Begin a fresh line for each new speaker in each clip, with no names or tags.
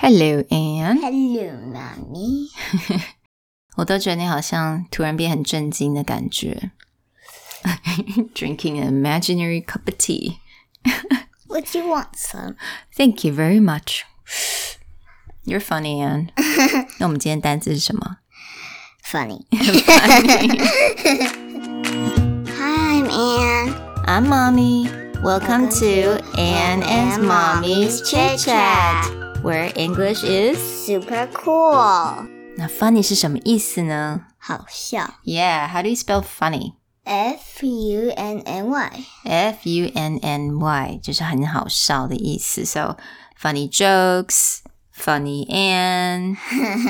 Hello, Anne。
Hello, mommy.
我都觉得你好像突然变很震惊的感觉。Drinking an imaginary cup of tea.
Would you want some?
Thank you very much. You're funny, Anne. 那我们今天单词是什么
Funny.
？I'm
Hi, I'm Anne.
mommy. Welcome to Anne and Mommy's Chit Chat, where English is.
Super cool.
那 funny 是什么意思呢
好笑。
？Yeah, how do you spell funny?
F U N N Y.
F U N N Y 就是很好笑的意思。So funny jokes, funny and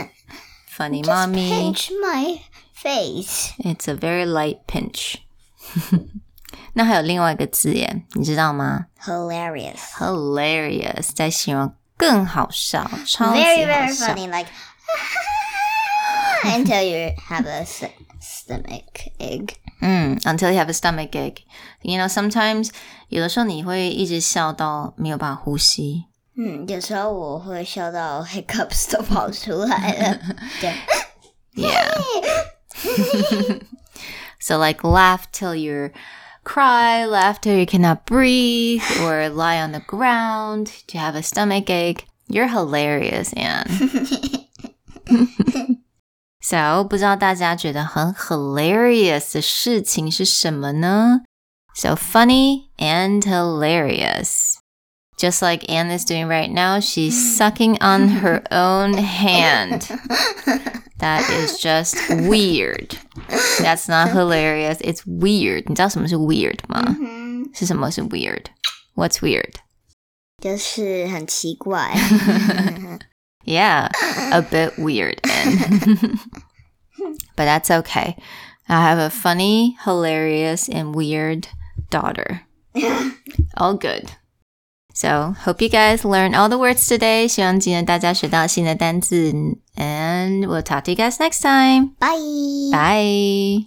funny mommy.
Pinch my face.
It's a very light pinch. 那还有另外一个字眼，你知道吗
Hilarious.
？Hilarious 在形容更好笑，超级
Very,
好
very
笑。
funny. Like, until you have a s- stomach egg.
嗯，until you have a stomach ache. You know, sometimes 有的时候你会一直笑到没有办法呼吸。
嗯，Hmm, 有时候我会笑到 hiccups 都跑出 来了。对
Yeah. so like laugh till you're cry, laugh till you cannot breathe, or lie on the ground to have a stomach ache. You're hilarious, Anne. so 不知道大家觉得很 hilarious 的事情是什么呢？So funny and hilarious. Just like Anne is doing right now, she's sucking on her own hand. That is just weird. That's not hilarious. It's weird. 你知道什么是 weird 吗？
嗯，
是什么是 weird? What's weird?
就是很奇怪。
Yeah, a bit weird. and- but that's okay. I have a funny, hilarious, and weird daughter. All good. So, hope you guys learned all the words today. 希望今天大家学到新的单词. And we'll talk to you guys next time.
Bye.
Bye.